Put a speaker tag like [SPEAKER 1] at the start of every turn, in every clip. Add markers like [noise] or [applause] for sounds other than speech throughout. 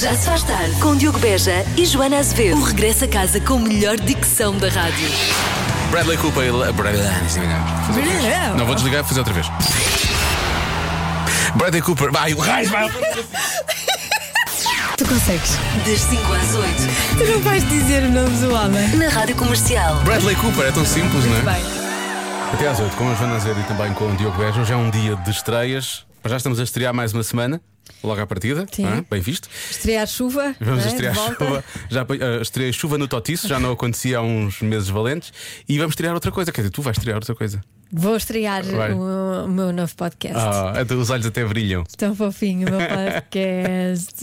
[SPEAKER 1] Já se faz tarde com Diogo Beja e Joana Azevedo. O regresso a casa com a melhor dicção da rádio.
[SPEAKER 2] Bradley Cooper e Le- Bradley- Ah, é Fazer outra
[SPEAKER 3] É.
[SPEAKER 2] vez. Não vou desligar, vou fazer outra vez. Bradley Cooper, vai, o raio, vai.
[SPEAKER 3] Tu consegues.
[SPEAKER 1] Das 5 às 8,
[SPEAKER 3] Tu não vais dizer o nome do homem.
[SPEAKER 1] na Rádio Comercial.
[SPEAKER 2] Bradley Cooper, é tão simples, não é?
[SPEAKER 3] Bem,
[SPEAKER 2] Até às 8, com a Joana Azevedo e também com o Diogo Beja. Hoje é um dia de estreias. Mas já estamos a estrear mais uma semana, logo à partida.
[SPEAKER 3] Sim.
[SPEAKER 2] não é? Bem visto.
[SPEAKER 3] estrear chuva.
[SPEAKER 2] Vamos
[SPEAKER 3] não é?
[SPEAKER 2] estrear
[SPEAKER 3] De volta.
[SPEAKER 2] chuva. Já apanhei- ah, estreei chuva no Totiço, já não acontecia há uns meses valentes. E vamos estrear outra coisa. Quer dizer, tu vais estrear outra coisa.
[SPEAKER 3] Vou estrear
[SPEAKER 2] Vai.
[SPEAKER 3] o, o meu novo podcast.
[SPEAKER 2] Ah, até os olhos até brilham.
[SPEAKER 3] Tão fofinho
[SPEAKER 2] [laughs]
[SPEAKER 3] o meu podcast.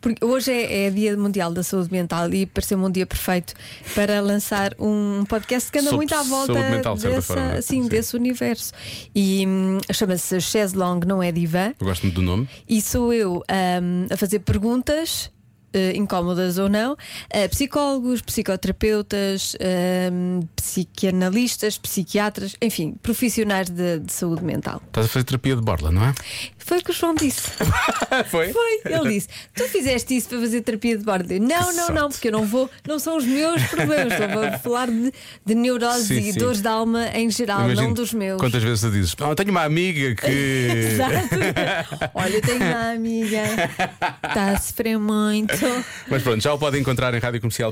[SPEAKER 3] Porque hoje é, é Dia Mundial da Saúde Mental e pareceu-me um dia perfeito para lançar um podcast que anda
[SPEAKER 2] Sobre
[SPEAKER 3] muito à volta
[SPEAKER 2] saúde mental, de certa
[SPEAKER 3] dessa-
[SPEAKER 2] forma, não é?
[SPEAKER 3] assim,
[SPEAKER 2] Sim.
[SPEAKER 3] desse universo. E hum, chama-se Chaise Longue, não é divã.
[SPEAKER 2] Eu gosto muito do nome.
[SPEAKER 3] E sou eu ahm, a fazer perguntas. eh, incómodas ou não, a psicólogos, psicoterapeutas, ahm, psicanalistas, psiquiatras, enfim, profissionais de, de saúde mental.
[SPEAKER 2] Estás a fazer terapia de borla, não é?
[SPEAKER 3] Foi o que o João disse.
[SPEAKER 2] [laughs]
[SPEAKER 3] Foi, ele disse: Tu fizeste isso para fazer terapia de bordo? Eu, Não,
[SPEAKER 2] Que
[SPEAKER 3] não,
[SPEAKER 2] sorte.
[SPEAKER 3] não, porque eu não vou, não são os meus problemas. Estou
[SPEAKER 2] [laughs]
[SPEAKER 3] a falar de, de neuroses
[SPEAKER 2] Sim,
[SPEAKER 3] e
[SPEAKER 2] sim.
[SPEAKER 3] dores de alma em geral,
[SPEAKER 2] Imagino
[SPEAKER 3] Ah, não dos meus.
[SPEAKER 2] Quantas vezes tu dizes? "Ah, tenho uma amiga
[SPEAKER 3] [laughs]
[SPEAKER 2] que.
[SPEAKER 3] Exato. [laughs] Olha, tenho uma amiga, está a sofrer muito.
[SPEAKER 2] [laughs] Mas pronto, já o podem encontrar em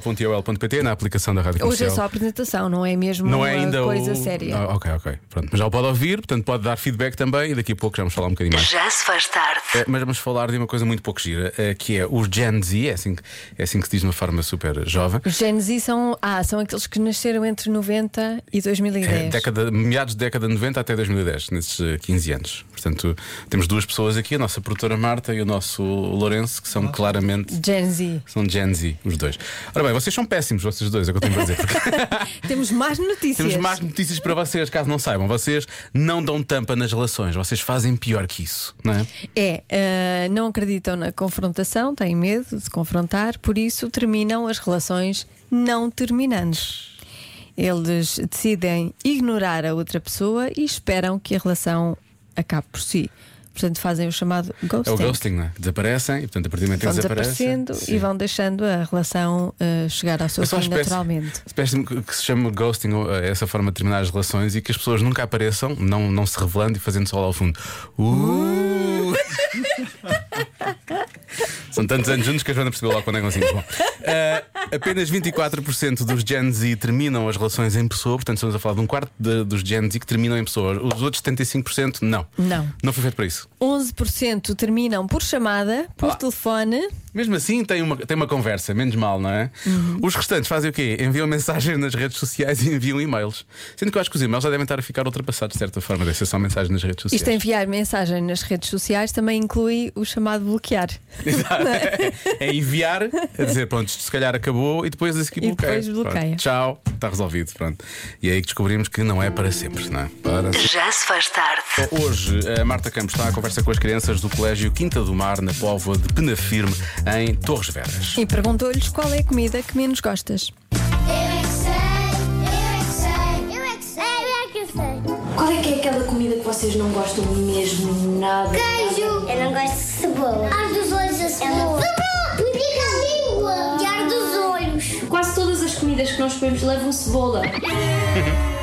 [SPEAKER 2] radiocomercial.iol.pt na aplicação da Rádio
[SPEAKER 3] Hoje
[SPEAKER 2] Comercial.
[SPEAKER 3] é só a apresentação, não é mesmo
[SPEAKER 2] Não
[SPEAKER 3] uma
[SPEAKER 2] é ainda
[SPEAKER 3] coisa
[SPEAKER 2] o...
[SPEAKER 3] séria.
[SPEAKER 2] Ah, ok, ok. Pronto. Mas já o pode ouvir, portanto pode dar feedback também e daqui a pouco já vamos falar um bocadinho mais.
[SPEAKER 1] Já se faz tarde.
[SPEAKER 2] Eh, Mas vamos falar de uma coisa muito pouco gira, eh, que é os Gen Z, é assim, que- é assim que se diz de uma forma super jovem.
[SPEAKER 3] Os Gen Z são, ah, são aqueles que nasceram entre 90 e 2010.
[SPEAKER 2] É, década, meados da década de 90 até 2010, nesses eh, 15 anos. Portanto, temos duas pessoas aqui, a nossa produtora Marta e o nosso Lourenço, que são claramente
[SPEAKER 3] Gen Z.
[SPEAKER 2] São Gen Z, os dois. Ora bem, vocês são péssimos, vocês dois, é o que eu tenho para dizer. porque
[SPEAKER 3] Temos mais notícias.
[SPEAKER 2] temos más notícias para vocês, caso não saibam. Vocês não dão tampa nas relações, vocês fazem pior que isso, não é?
[SPEAKER 3] É, eh, não acreditam na confrontação, têm medo de se confrontar, por isso terminam as relações não terminantes. Eles decidem ignorar a outra pessoa e esperam que a relação acabe por si. Portanto, fazem o chamado
[SPEAKER 2] É
[SPEAKER 3] ghosting.
[SPEAKER 2] o ghosting, não é? Desaparecem e, portanto, a partir do momento em
[SPEAKER 3] Vão
[SPEAKER 2] que desaparecem.
[SPEAKER 3] desaparecendo
[SPEAKER 2] sim.
[SPEAKER 3] e vão deixando a relação eh, chegar ao seu
[SPEAKER 2] É só uma
[SPEAKER 3] fim
[SPEAKER 2] espécie-
[SPEAKER 3] naturalmente.
[SPEAKER 2] espécie que que se chama ghosting, ou, eh, essa forma de terminar as relações e que as pessoas nunca apareçam, não, não se revelando e fazendo sol ao fundo.
[SPEAKER 3] [laughs]
[SPEAKER 2] Uh! São tantos anos juntos que a Joana percebeu logo quando é que conseguimos. Bom, eh, apenas 24% dos Gen Z terminam as relações em pessoa, portanto estamos a falar de um quarto de- dos Gen Z que terminam em pessoa. Os outros 75% não.
[SPEAKER 3] Não.
[SPEAKER 2] Não foi feito para isso.
[SPEAKER 3] 11% terminam por chamada, por
[SPEAKER 2] Ah.
[SPEAKER 3] telefone.
[SPEAKER 2] Mesmo assim, tem uma, tem uma conversa, menos mal, não é?
[SPEAKER 3] Uhum.
[SPEAKER 2] Os restantes fazem o quê? Enviam mensagem nas redes sociais e enviam e-mails. Sendo que eu acho que os e-mails já devem estar a ficar ultrapassados de certa forma, deve ser só mensagem nas redes sociais.
[SPEAKER 3] Isto é enviar mensagem nas redes sociais também inclui o chamado bloquear.
[SPEAKER 2] [laughs] Exato.
[SPEAKER 3] [laughs]
[SPEAKER 2] é enviar, a dizer, pronto, isto se calhar acabou e depois a seguir
[SPEAKER 3] E
[SPEAKER 2] bloqueia.
[SPEAKER 3] depois bloqueia.
[SPEAKER 2] Pronto, tchau, está resolvido, pronto. E é aí que descobrimos que não é para sempre, não é? Para sempre.
[SPEAKER 1] Já se faz tarde.
[SPEAKER 2] Hoje, a Marta Campos está à conversa com as crianças do Colégio Quinta do Mar, na Póvoa de Penafirme, em Torres Vedras.
[SPEAKER 3] E perguntou-lhes qual é a comida que menos gostas.
[SPEAKER 4] Eu é que sei, eu é que sei, eu é que sei, eu é que sei.
[SPEAKER 5] Qual é que é aquela comida que vocês não gostam mesmo nada?
[SPEAKER 4] Queijo! Eu não gosto de cebola. Ar dos olhos a cebola. Cebola! Pica a língua! E ar dos olhos.
[SPEAKER 5] Quase todas as comidas que nós comemos levam cebola.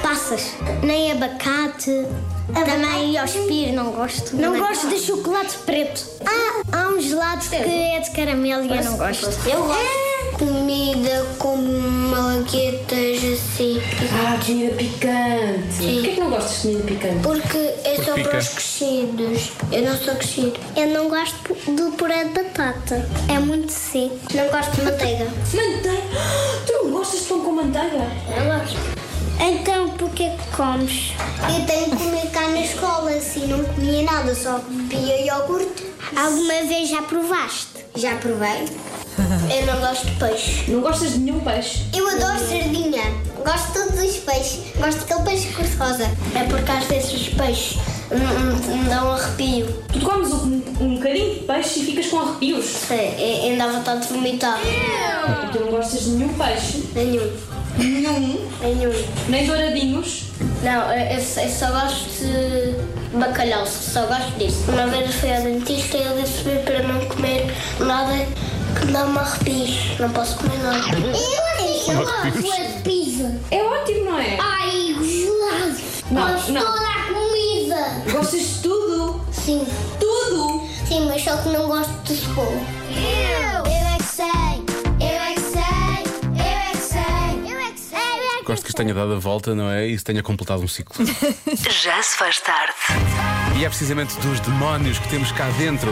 [SPEAKER 4] Passas. Nem abacate. Também ospir, não gosto. Não gosto de chocolate preto. Ah, há um gelado que é de caramelo e eu não gosto. Eu gosto. Comida como malaguetas assim.
[SPEAKER 5] Ah, comida picante. Porquê que não gostas de comida picante?
[SPEAKER 4] Porque eu sou
[SPEAKER 2] pica.
[SPEAKER 4] para os crescidos. Eu não sou crescido. Eu não gosto do puré de batata. É muito seco. Não gosto de manteiga.
[SPEAKER 5] Manteiga? [gasps] Tu não gostas de pão com manteiga?
[SPEAKER 4] Eu gosto. Então, porquê que comes? Eu tenho que comer cá na escola, assim não comia nada, só bebia iogurte. Alguma vez já provaste? Já provei. Eu não gosto de peixe.
[SPEAKER 5] Não gostas de nenhum peixe?
[SPEAKER 4] Eu adoro sardinha. Gosto de todos os peixes. Gosto daquele peixe cor-de-rosa. É porque às vezes os peixes hum, me dão um arrepio.
[SPEAKER 5] Tu comes um, um bocadinho de peixe e ficas com arrepios. Então,
[SPEAKER 4] Sim, É, ainda dá vontade de vomitar.
[SPEAKER 5] Tu não gostas de nenhum peixe,
[SPEAKER 4] Nenhum. Nenhum? Nenhum.
[SPEAKER 5] nem douradinhos.
[SPEAKER 4] Não, eu, eu só- eu só gosto de bacalhau, só gosto disso. Uma vez eu fui ao dentista e ele disse para não comer nada Dá-me arrepios. Não posso comer nada. Eu
[SPEAKER 2] Arrepios?
[SPEAKER 4] adoro a pizza.
[SPEAKER 5] É ótimo, não é?
[SPEAKER 4] Ai, gelado.
[SPEAKER 5] Não,
[SPEAKER 4] Gosto
[SPEAKER 5] não.
[SPEAKER 4] toda a comida.
[SPEAKER 5] Gostas de tudo?
[SPEAKER 4] Sim.
[SPEAKER 5] Tudo?
[SPEAKER 4] Sim, mas só que não gosto de cebola. Eu! Eu é que sei. Eu é que sei. Eu é que sei. Eu é que sei.
[SPEAKER 2] Gosto que isto tenha dado a volta, não é? E se tenha completado um ciclo.
[SPEAKER 1] Já se faz tarde.
[SPEAKER 2] E é precisamente dos demónios que temos cá dentro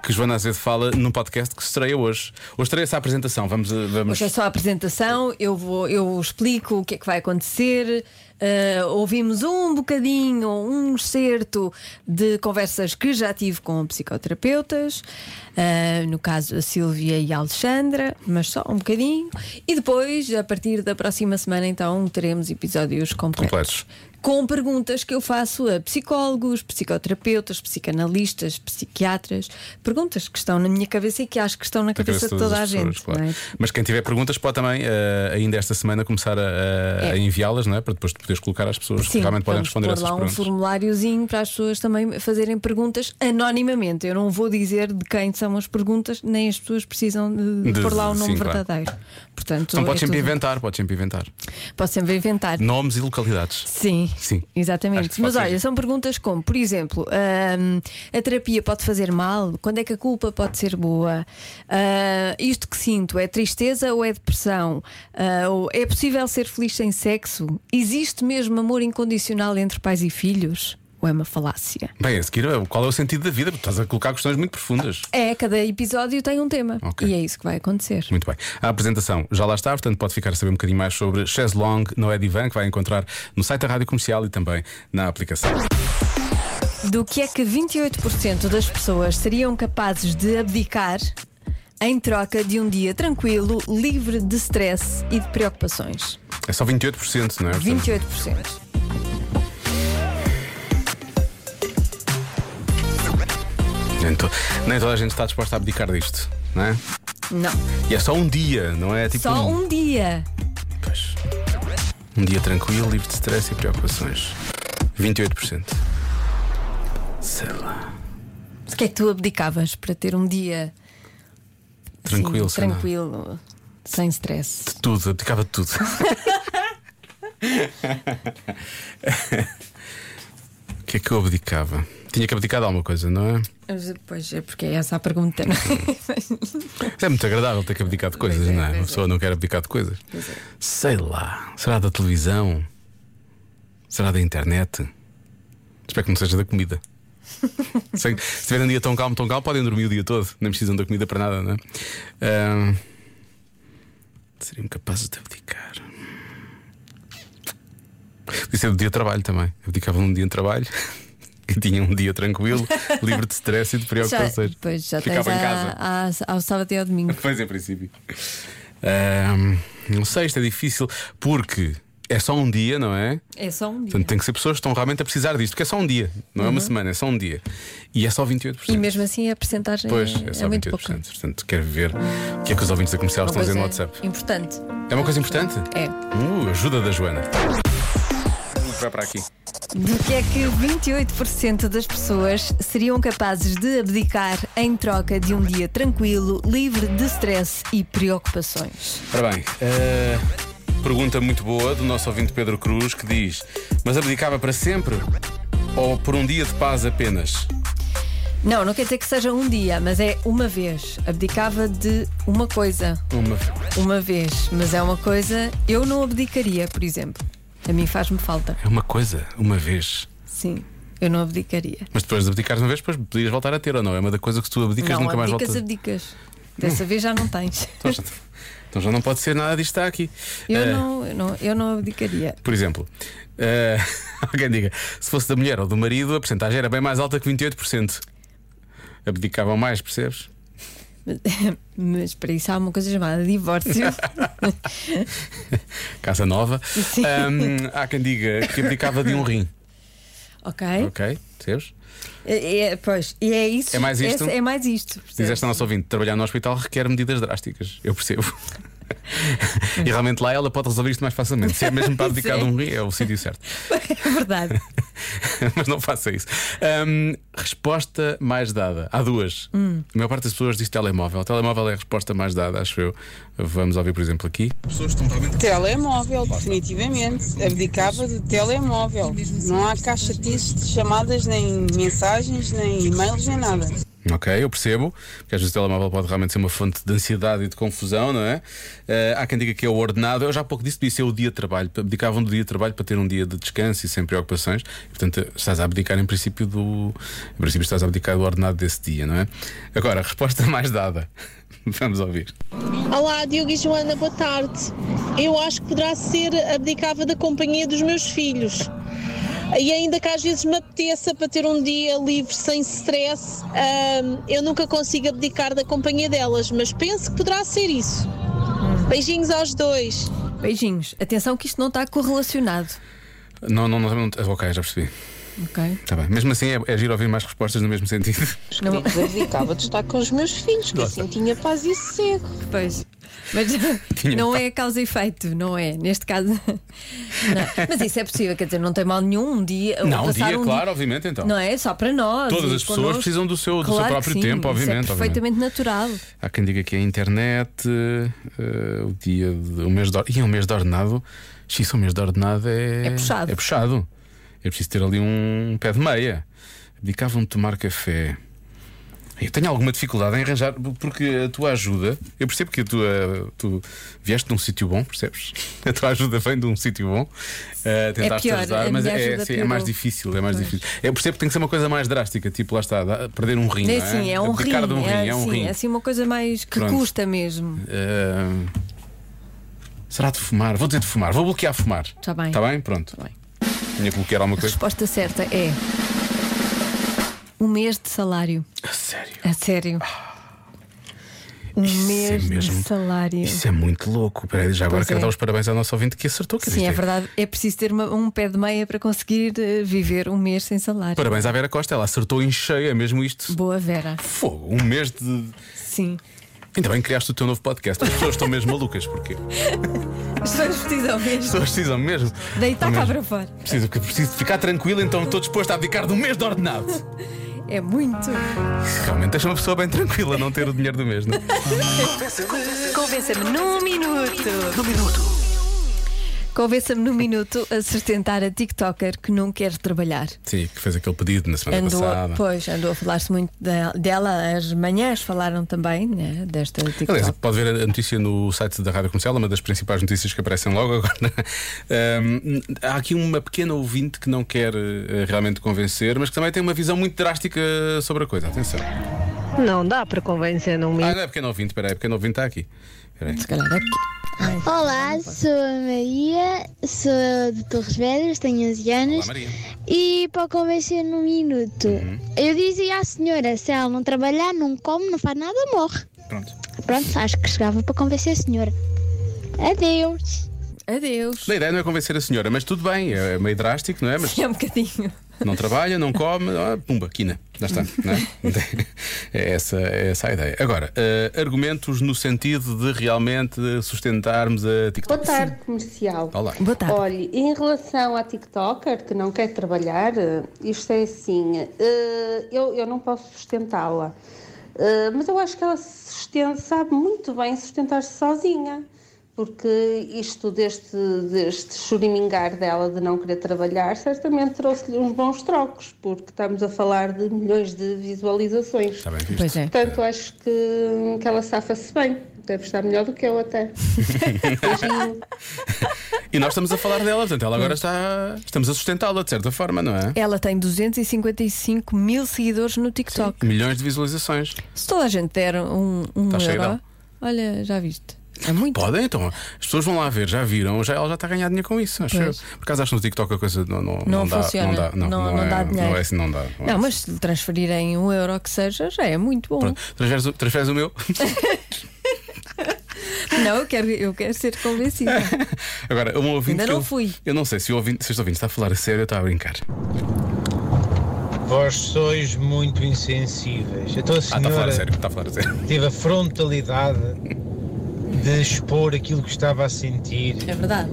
[SPEAKER 2] que Joana Azevedo fala num podcast que se estreia hoje. Hoje estreia-se a apresentação. Vamos. eh, vamos...
[SPEAKER 3] Hoje é só a apresentação, eu, vou, eu explico o que é que vai acontecer. eh, ouvimos um bocadinho, um excerto de conversas que já tive com psicoterapeutas, eh, no caso a Silvia e a Alexandra, mas só um bocadinho. E depois, a partir da próxima semana, então, teremos episódios completos.
[SPEAKER 2] Completos.
[SPEAKER 3] Com perguntas que eu faço a psicólogos, psicoterapeutas, psicanalistas, psiquiatras, perguntas que estão na minha cabeça e que acho que estão na
[SPEAKER 2] Da
[SPEAKER 3] cabeça de
[SPEAKER 2] todas
[SPEAKER 3] toda a
[SPEAKER 2] as pessoas,
[SPEAKER 3] gente.
[SPEAKER 2] claro.
[SPEAKER 3] não é?
[SPEAKER 2] Mas quem tiver perguntas pode também, eh, ainda esta semana, começar a, a- a
[SPEAKER 3] É.
[SPEAKER 2] enviá-las, não é? Para depois poderes colocar às pessoas que
[SPEAKER 3] Sim,
[SPEAKER 2] realmente podem
[SPEAKER 3] vamos
[SPEAKER 2] responder a
[SPEAKER 3] pôr
[SPEAKER 2] essas
[SPEAKER 3] lá um
[SPEAKER 2] perguntas.
[SPEAKER 3] formuláriozinho para as pessoas também fazerem perguntas anonimamente. Eu não vou dizer de quem são as perguntas, nem as pessoas precisam de,
[SPEAKER 2] De-
[SPEAKER 3] pôr lá o
[SPEAKER 2] sim,
[SPEAKER 3] nome
[SPEAKER 2] claro.
[SPEAKER 3] verdadeiro. Portanto,
[SPEAKER 2] Então
[SPEAKER 3] é
[SPEAKER 2] podes sempre
[SPEAKER 3] tudo-
[SPEAKER 2] inventar, podes sempre inventar.
[SPEAKER 3] posso sempre inventar.
[SPEAKER 2] Nomes e localidades.
[SPEAKER 3] Sim,
[SPEAKER 2] Sim. Acho que
[SPEAKER 3] exatamente.
[SPEAKER 2] se
[SPEAKER 3] Mas
[SPEAKER 2] pode
[SPEAKER 3] olha,
[SPEAKER 2] fazer.
[SPEAKER 3] são perguntas como, por exemplo, hum, a terapia pode fazer mal? Quando é que a culpa pode ser boa? Ah, isto que sinto é tristeza ou é depressão? Ah, ou é possível ser feliz sem sexo? Existe mesmo amor incondicional entre pais e filhos? Ou é uma falácia?
[SPEAKER 2] Bem, a seguir, qual é o sentido da vida? Porque Estás a colocar questões muito profundas.
[SPEAKER 3] É, cada episódio tem um tema.
[SPEAKER 2] Ok.
[SPEAKER 3] E é isso que vai acontecer.
[SPEAKER 2] Muito bem. A apresentação já lá está, portanto pode ficar a saber um bocadinho mais sobre Chaise Longue no Edivan, que vai encontrar no site da Rádio Comercial e também na aplicação.
[SPEAKER 3] Do que é que 28% das pessoas seriam capazes de abdicar em troca de um dia tranquilo, livre de stress e de preocupações?
[SPEAKER 2] É só 28%, não é?
[SPEAKER 3] 28%.
[SPEAKER 2] Portanto, Nem, to- nem toda a gente está disposta a abdicar disto, não é?
[SPEAKER 3] Não.
[SPEAKER 2] E é só um dia, não é? Tipo
[SPEAKER 3] Só um dia.
[SPEAKER 2] Pois. Um dia tranquilo, livre de stress e preocupações. 28%. Sei lá.
[SPEAKER 3] O que é que tu abdicavas para ter um dia assim,
[SPEAKER 2] Tranquilo, sei lá.
[SPEAKER 3] tranquilo sem stress?
[SPEAKER 2] Tudo, abdicava de
[SPEAKER 3] [laughs]
[SPEAKER 2] tudo. [laughs] O que é que eu abdicava? Tinha que abdicar de alguma coisa, não é?
[SPEAKER 3] Mas, Pois é, porque é essa a pergunta, não é?
[SPEAKER 2] Mas É muito agradável ter que abdicar de coisas,
[SPEAKER 3] Pois é,
[SPEAKER 2] não é?
[SPEAKER 3] pois
[SPEAKER 2] Uma pessoa não quer abdicar de coisas. Sei lá. Será da televisão? Será da internet? Espero que não seja da
[SPEAKER 3] [laughs]
[SPEAKER 2] comida. Sei que se tiver um dia tão calmo, tão calmo, podem dormir o dia todo. Nem precisam da comida para nada, não é? Ahm, seriam capazes de abdicar. Podia ser do dia de trabalho também. Abdicavam num dia de trabalho. [laughs] Que tinha um dia tranquilo, livre de stress e de
[SPEAKER 3] [laughs] já,
[SPEAKER 2] preocupações.
[SPEAKER 3] pois já
[SPEAKER 2] Ficava
[SPEAKER 3] tens
[SPEAKER 2] em casa.
[SPEAKER 3] a- a- ao sábado e ao domingo.
[SPEAKER 2] Pois, é, em princípio. Ahm, não sei, isto é difícil porque é só um dia, não é?
[SPEAKER 3] É só um dia.
[SPEAKER 2] Portanto, tem que ser pessoas que estão realmente a precisar disto, que é só um dia, não é uma semana, é só um dia. E é só 28%.
[SPEAKER 3] Uhum. E mesmo assim a percentagem
[SPEAKER 2] Pois,
[SPEAKER 3] é,
[SPEAKER 2] é só 28%.
[SPEAKER 3] é muito pouca.
[SPEAKER 2] Portanto, quero ver o que é que os ouvintes da comercial
[SPEAKER 3] Uma
[SPEAKER 2] estão a dizer no
[SPEAKER 3] coisa
[SPEAKER 2] WhatsApp.
[SPEAKER 3] Importante.
[SPEAKER 2] É uma coisa importante?
[SPEAKER 3] É.
[SPEAKER 2] Uh, ajuda da Joana. Vai para aqui.
[SPEAKER 3] Do que é que 28% das pessoas seriam capazes de abdicar em troca de um dia tranquilo, livre de stress e preocupações?
[SPEAKER 2] Ora bem, eh, pergunta muito boa do nosso ouvinte Pedro Cruz que diz: Mas abdicava para sempre? Ou por um dia de paz apenas?
[SPEAKER 3] Não, não quer dizer que seja um dia, mas é uma vez. Abdicava de uma coisa,
[SPEAKER 2] Uma.
[SPEAKER 3] uma vez. Mas é uma coisa, eu não abdicaria, por exemplo. A mim faz-me falta.
[SPEAKER 2] É uma coisa, uma vez.
[SPEAKER 3] Sim, eu não abdicaria.
[SPEAKER 2] Mas depois de abdicares uma vez, depois podias voltar a ter ou não? É uma da coisa que se tu abdicas
[SPEAKER 3] não,
[SPEAKER 2] nunca mais
[SPEAKER 3] abdicas,
[SPEAKER 2] voltas.
[SPEAKER 3] abdicas. Dessa vez já não tens.
[SPEAKER 2] Então, já- então já não pode ser nada disto que está aqui.
[SPEAKER 3] Eu,
[SPEAKER 2] Eh,
[SPEAKER 3] não, eu, não, eu não abdicaria. [laughs]
[SPEAKER 2] Por exemplo, eh, [laughs] alguém diga, se fosse da mulher ou do marido, a porcentagem era bem mais alta que 28%. Abdicavam mais, percebes?
[SPEAKER 3] Mas- Mas para isso há uma coisa
[SPEAKER 2] [laughs]
[SPEAKER 3] chamada divórcio.
[SPEAKER 2] Casa nova.
[SPEAKER 3] Sim.
[SPEAKER 2] Ahm, há quem diga que abdicava de um rim.
[SPEAKER 3] ok?
[SPEAKER 2] Ok, percebes?
[SPEAKER 3] É, é, pois, e é isso.
[SPEAKER 2] É mais isto?
[SPEAKER 3] É, é mais isto.
[SPEAKER 2] Diz esta nossa ouvinte: trabalhar no hospital requer medidas drásticas. Eu percebo. e realmente lá ela pode resolver isto mais facilmente. Se é mesmo para dedicar
[SPEAKER 3] Sim.
[SPEAKER 2] um rio, é o sítio certo. [laughs] um-
[SPEAKER 3] [laughs] É verdade.
[SPEAKER 2] Mas não faça isso. Hum, resposta mais dada. Há duas. A maior parte das pessoas diz telemóvel. O telemóvel é a resposta mais dada, acho eu. Vamos ouvir, por exemplo, aqui.
[SPEAKER 6] Telemóvel, definitivamente. Abdicava de telemóvel. Não há caixa de chamadas, nem mensagens, nem e-mails, nem nada.
[SPEAKER 2] Ok, eu percebo, porque às vezes o telemóvel pode realmente ser uma fonte de ansiedade e de confusão, não é? Eh, há quem diga que é o ordenado, eu já há pouco disse, disse é o dia de trabalho, abdicavam do dia de trabalho para ter um dia de descanso e sem preocupações, portanto estás a abdicar em princípio do. Em princípio estás a abdicar do ordenado desse dia, não é? Agora, [laughs] a resposta mais dada. Vamos ouvir.
[SPEAKER 7] Olá, Diogo e Joana, boa tarde. Eu acho que poderá ser abdicava da companhia dos meus filhos. E ainda que às vezes me apeteça para ter um dia livre sem stress, ahm, eu nunca consigo abdicar da companhia delas, mas penso que poderá ser isso. Beijinhos aos dois.
[SPEAKER 3] Beijinhos. Atenção que isto não está correlacionado.
[SPEAKER 2] Não, não, não, não- ok, já percebi.
[SPEAKER 3] Ok?
[SPEAKER 2] Está bem. Mesmo assim é, é giro ouvir mais respostas no mesmo sentido.
[SPEAKER 3] Não-
[SPEAKER 6] Abdicava de estar com os meus filhos, que assim tinha paz e sossego.
[SPEAKER 3] Pois.
[SPEAKER 2] [laughs]
[SPEAKER 3] Mas [laughs] não é causa e efeito, não é? Neste caso. [laughs] Não. Mas isso é possível, quer dizer, não tem mal nenhum um dia.
[SPEAKER 2] Não, um
[SPEAKER 3] passar
[SPEAKER 2] dia, claro, obviamente, então.
[SPEAKER 3] Não é? Só para nós.
[SPEAKER 2] Todas
[SPEAKER 3] e
[SPEAKER 2] as pessoas
[SPEAKER 3] connosco.
[SPEAKER 2] precisam do seu- do seu
[SPEAKER 3] Claro que
[SPEAKER 2] próprio
[SPEAKER 3] sim,
[SPEAKER 2] tempo, obviamente,
[SPEAKER 3] Isso é perfeitamente natural.
[SPEAKER 2] Há quem diga que é a internet, eh, o dia, de, o mês de, or- e é um mês de ordenado. X, um mês de ordenado é,
[SPEAKER 3] É puxado.
[SPEAKER 2] É puxado. É preciso ter ali um pé de meia. Abdicavam-me de tomar café. Eu tenho alguma dificuldade em arranjar, porque a tua ajuda, eu percebo que a tua, tu vieste de um sítio bom, percebes? [laughs] A tua ajuda vem de um sítio bom. eh, tentaste
[SPEAKER 3] É pior,
[SPEAKER 2] ajudar,
[SPEAKER 3] a
[SPEAKER 2] mas
[SPEAKER 3] minha
[SPEAKER 2] é,
[SPEAKER 3] ajuda
[SPEAKER 2] sim, é mais
[SPEAKER 3] piorou.
[SPEAKER 2] difícil, é mais difícil. Eu percebo que tem que ser uma coisa mais drástica, tipo, lá está, dá- perder um rim.
[SPEAKER 3] É
[SPEAKER 2] não
[SPEAKER 3] assim, é um rim.
[SPEAKER 2] Abdicar de um rim, é, um
[SPEAKER 3] sim,
[SPEAKER 2] rim.
[SPEAKER 3] é assim uma coisa mais que
[SPEAKER 2] Pronto.
[SPEAKER 3] custa mesmo.
[SPEAKER 2] Ahm, será de fumar? Vou dizer de fumar, vou bloquear fumar.
[SPEAKER 3] Tá bem.
[SPEAKER 2] Está bem? Pronto.
[SPEAKER 3] Tá bem.
[SPEAKER 2] Tinha que bloquear alguma
[SPEAKER 3] A
[SPEAKER 2] coisa.
[SPEAKER 3] resposta certa é. Um mês de salário.
[SPEAKER 2] A sério.
[SPEAKER 3] A É sério. Um
[SPEAKER 2] Isso é
[SPEAKER 3] mês
[SPEAKER 2] mesmo-
[SPEAKER 3] de salário.
[SPEAKER 2] Isso é muito louco. Peraí, já agora
[SPEAKER 3] Pois
[SPEAKER 2] quero
[SPEAKER 3] é.
[SPEAKER 2] dar os parabéns ao nosso ouvinte que acertou. quer
[SPEAKER 3] Sim,
[SPEAKER 2] dizer,
[SPEAKER 3] é verdade. É preciso ter uma- um pé de meia para conseguir eh, viver um mês sem salário.
[SPEAKER 2] Parabéns à Vera Costa, ela acertou em cheio, é mesmo isto.
[SPEAKER 3] Boa, Vera.
[SPEAKER 2] Fogo, um mês de.
[SPEAKER 3] Sim.
[SPEAKER 2] Ainda bem que criaste o teu novo podcast. As pessoas estão mesmo malucas, porque
[SPEAKER 3] As pessoas precisam
[SPEAKER 2] as
[SPEAKER 3] mesmo.
[SPEAKER 2] pessoas precisam mesmo.
[SPEAKER 3] Deitar cá
[SPEAKER 2] mesmo.
[SPEAKER 3] para fora.
[SPEAKER 2] Preciso, preciso ficar tranquilo, então estou disposto a abdicar de um mês de ordenado.
[SPEAKER 3] É muito.
[SPEAKER 2] Isso Realmente deixa uma pessoa bem tranquila não ter o dinheiro do mês, não
[SPEAKER 3] [laughs]
[SPEAKER 2] é?
[SPEAKER 3] Convença-me num minuto. Num minuto. Convença-me num minuto a sustentar a TikToker que não quer trabalhar.
[SPEAKER 2] Sim, que fez aquele pedido na semana
[SPEAKER 3] Andou,
[SPEAKER 2] passada.
[SPEAKER 3] pois, andou a falar-se muito de- dela, as manhãs falaram também né, desta TikTok.
[SPEAKER 2] Aliás,
[SPEAKER 8] Tá.
[SPEAKER 2] pode ver a notícia no site da Rádio Comercial, uma das principais notícias que aparecem logo agora. [laughs] Hum, há aqui uma pequena ouvinte que não quer eh, realmente convencer, mas que também tem uma visão muito drástica sobre a coisa. Atenção.
[SPEAKER 9] Não dá para convencer num
[SPEAKER 2] Ah, não é pequeno ouvinte, espera aí, pequeno ouvinte está aqui. Espera aí.
[SPEAKER 3] Se calhar é que-
[SPEAKER 10] Olá, sou a Maria, sou de Torres Vedras, tenho 11
[SPEAKER 2] Olá,
[SPEAKER 10] anos
[SPEAKER 2] Maria. Uhum.
[SPEAKER 10] e para convencer num minuto, eu dizia à senhora, se ela não trabalhar, não come, não faz nada, morre.
[SPEAKER 2] Pronto.
[SPEAKER 10] Pronto, acho que chegava para convencer a senhora. Adeus.
[SPEAKER 3] Adeus.
[SPEAKER 2] A ideia não é convencer a senhora, mas tudo bem, é meio drástico, não é? Mas
[SPEAKER 3] [laughs] É um bocadinho.
[SPEAKER 2] não trabalha, não come, ah, pumba, quina. Já está, não
[SPEAKER 8] [laughs]
[SPEAKER 2] é? É essa, é essa a ideia. Agora, eh, argumentos no sentido de realmente sustentarmos a
[SPEAKER 8] Boa
[SPEAKER 2] TikTok.
[SPEAKER 8] tarde, comercial.
[SPEAKER 2] Olá.
[SPEAKER 3] Boa tarde.
[SPEAKER 8] Olha, em relação à TikToker que não quer trabalhar, eh, isto é assim, eh, eu, eu não posso sustentá-la, Eh, mas eu acho que ela se sustenta, sabe muito bem sustentar-se sozinha, porque isto deste, deste churimingar dela de não querer trabalhar certamente trouxe-lhe uns bons trocos, porque estamos a falar de milhões de visualizações.
[SPEAKER 2] Está bem visto?
[SPEAKER 3] Pois é.
[SPEAKER 8] Portanto, acho que, que ela safa-se bem. Deve estar melhor do que eu até. Beijinho.
[SPEAKER 2] E nós estamos a falar dela, portanto, ela agora está. Estamos a sustentá-la de certa forma, não é?
[SPEAKER 3] Ela tem 255 mil seguidores no TikTok.
[SPEAKER 2] Milhões de visualizações.
[SPEAKER 3] Se toda a gente der um, um
[SPEAKER 2] Tá cheio
[SPEAKER 3] euro,
[SPEAKER 2] dela.
[SPEAKER 3] olha, já viste. É muito.
[SPEAKER 2] Podem, então. As pessoas vão lá ver, já viram, já, ela já está a ganhar dinheiro com isso, acho
[SPEAKER 3] Pois.
[SPEAKER 2] eu. Por acaso achas no TikTok a coisa não, não,
[SPEAKER 3] Não
[SPEAKER 2] dá,
[SPEAKER 3] funciona.
[SPEAKER 2] Não dá, não,
[SPEAKER 3] Não- não
[SPEAKER 2] é,
[SPEAKER 3] dá dinheiro.
[SPEAKER 2] Não é assim, não dá. é
[SPEAKER 3] Não,
[SPEAKER 2] assim.
[SPEAKER 3] mas se lhe transferirem um euro que seja, já é muito bom.
[SPEAKER 2] Pronto, transferes, o- transferes o meu. [laughs]
[SPEAKER 3] Não, eu quero, eu quero ser convencida.
[SPEAKER 2] [laughs] Agora, um ouvinte.
[SPEAKER 3] Ainda
[SPEAKER 2] que
[SPEAKER 3] não
[SPEAKER 2] eu,
[SPEAKER 3] fui.
[SPEAKER 2] Eu não sei se, o ouvinte, se este ouvinte está a falar a sério ou está a brincar.
[SPEAKER 6] Vós sois muito insensíveis. Então a
[SPEAKER 2] Ah, está a falar a
[SPEAKER 6] senhora
[SPEAKER 2] sério, está a falar a sério.
[SPEAKER 6] teve a frontalidade
[SPEAKER 11] de expor aquilo que estava a sentir.
[SPEAKER 3] É verdade.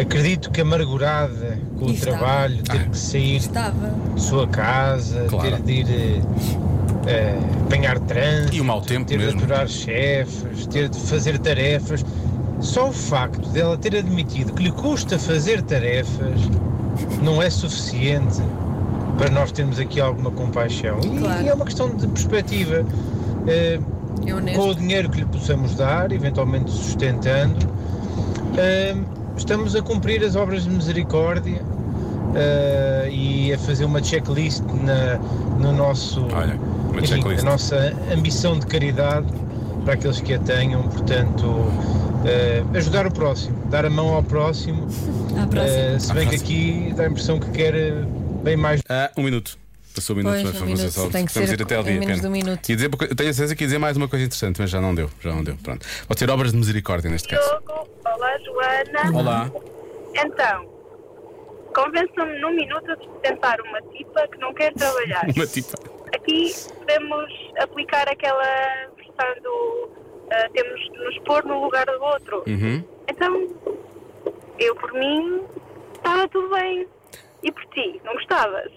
[SPEAKER 11] Acredito que amargurada com o
[SPEAKER 3] Estava.
[SPEAKER 11] trabalho, ter que sair
[SPEAKER 3] Estava.
[SPEAKER 11] de sua casa,
[SPEAKER 2] Claro.
[SPEAKER 11] ter de ir eh, eh, apanhar trânsito,
[SPEAKER 2] E o mau tempo
[SPEAKER 11] ter de
[SPEAKER 2] mesmo.
[SPEAKER 11] aturar chefes, ter de fazer tarefas. Só o facto dela ter admitido que lhe custa fazer tarefas não é suficiente para nós termos aqui alguma compaixão. E
[SPEAKER 3] Claro.
[SPEAKER 11] é uma questão de perspectiva. Eh,
[SPEAKER 3] É honesto.
[SPEAKER 11] com o dinheiro que lhe possamos dar, eventualmente sustentando, eh, estamos a cumprir as obras de misericórdia eh, e a fazer uma checklist na, no nosso,
[SPEAKER 2] uma
[SPEAKER 11] enfim,
[SPEAKER 2] checklist.
[SPEAKER 11] a nossa ambição de caridade para aqueles que a tenham, portanto, eh, ajudar o próximo, dar a mão ao próximo,
[SPEAKER 3] À próxima.
[SPEAKER 11] eh, se bem
[SPEAKER 2] À
[SPEAKER 11] que aqui dá a impressão que quer eh, bem mais.
[SPEAKER 2] Ah, um minuto. Passou um minuto,
[SPEAKER 3] Pois,
[SPEAKER 2] mas
[SPEAKER 3] um
[SPEAKER 2] vamos
[SPEAKER 3] minuto,
[SPEAKER 2] só-
[SPEAKER 3] tem que
[SPEAKER 2] vamos
[SPEAKER 3] ser
[SPEAKER 2] ir até ao
[SPEAKER 3] em
[SPEAKER 2] dia.
[SPEAKER 3] menos
[SPEAKER 2] pena.
[SPEAKER 3] de um minuto.
[SPEAKER 2] Ia dizer, porque- tenho a certeza que ia dizer mais uma coisa interessante, mas já não deu. Já não deu. Pronto. Pode ser obras de misericórdia neste caso.
[SPEAKER 12] Diogo, olá Joana.
[SPEAKER 2] Olá.
[SPEAKER 12] Então, convença-me num minuto de sustentar uma tipa que não quer trabalhar.
[SPEAKER 2] [laughs] Uma tipo- tipa.
[SPEAKER 12] Aqui podemos aplicar aquela versão do ah, temos de nos pôr no lugar do outro.
[SPEAKER 2] Uhum.
[SPEAKER 12] Então, eu por mim estava tudo bem. E por ti, não gostavas?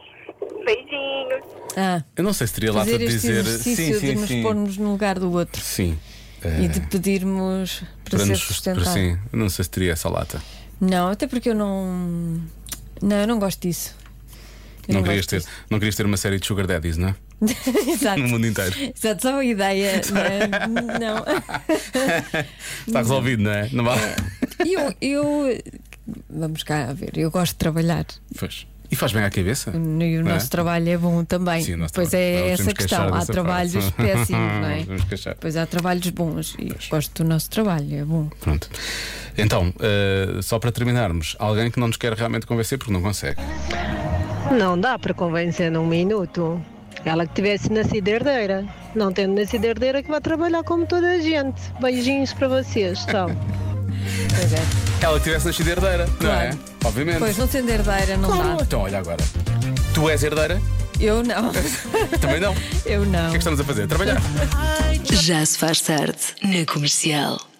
[SPEAKER 12] Beijinhos.
[SPEAKER 3] Ah,
[SPEAKER 2] Eu não sei se teria lata
[SPEAKER 3] fazer
[SPEAKER 2] de
[SPEAKER 3] este
[SPEAKER 2] dizer.
[SPEAKER 3] exercício
[SPEAKER 2] Sim,
[SPEAKER 3] de
[SPEAKER 2] sim,
[SPEAKER 3] nos
[SPEAKER 2] sim.
[SPEAKER 3] pormos no lugar do outro
[SPEAKER 2] Sim.
[SPEAKER 3] e
[SPEAKER 2] Eh,
[SPEAKER 3] de pedirmos para, ser
[SPEAKER 2] nos-
[SPEAKER 3] sustentado.
[SPEAKER 2] para- sim. Eu Não sei se teria essa lata.
[SPEAKER 3] Não, até porque eu não. Não, eu não gosto disso. Eu
[SPEAKER 2] Não,
[SPEAKER 3] não
[SPEAKER 2] querias
[SPEAKER 3] gosto
[SPEAKER 2] ter, não querias ter uma série de Sugar Daddies, não é?
[SPEAKER 3] [laughs] Exato.
[SPEAKER 2] No mundo inteiro.
[SPEAKER 3] Exato, é só
[SPEAKER 2] [laughs]
[SPEAKER 3] uma ideia. né? Não.
[SPEAKER 2] Está resolvido, não é? Não vale.
[SPEAKER 3] E [laughs] Eu, eu. Vamos cá a ver, eu gosto de trabalhar.
[SPEAKER 2] Pois. E faz bem à cabeça.
[SPEAKER 3] E o
[SPEAKER 2] não é?
[SPEAKER 3] nosso trabalho é bom também.
[SPEAKER 2] Sim, o nosso
[SPEAKER 3] pois
[SPEAKER 2] trabalho. Não
[SPEAKER 3] é
[SPEAKER 2] nos
[SPEAKER 3] essa
[SPEAKER 2] podemos queixar
[SPEAKER 3] questão. Há
[SPEAKER 2] dessa
[SPEAKER 3] trabalhos
[SPEAKER 2] parte.
[SPEAKER 3] péssimos,
[SPEAKER 2] [laughs]
[SPEAKER 3] não é?
[SPEAKER 2] Não nos podemos queixar.
[SPEAKER 3] Pois há trabalhos bons e gosto do nosso trabalho, é bom.
[SPEAKER 2] Pronto. Então, eh, só para terminarmos, alguém que não nos quer realmente convencer porque não consegue.
[SPEAKER 9] Não dá para convencer num minuto. Ela que tivesse nascido herdeira. Não tendo nascido herdeira que vai trabalhar como toda a gente. Beijinhos para vocês, tchau.
[SPEAKER 3] Pois é.
[SPEAKER 2] Ela que tivesse nascido herdeira, não é?
[SPEAKER 3] Claro.
[SPEAKER 2] Obviamente.
[SPEAKER 3] Pois não sendo herdeira, não
[SPEAKER 2] Claro.
[SPEAKER 3] dá.
[SPEAKER 2] Então, olha agora. Tu és herdeira?
[SPEAKER 3] Eu não. [laughs]
[SPEAKER 2] Também não. O que
[SPEAKER 3] Eu
[SPEAKER 2] é
[SPEAKER 3] não.
[SPEAKER 2] que estamos a fazer? Trabalhar.
[SPEAKER 1] Já se faz tarde na comercial.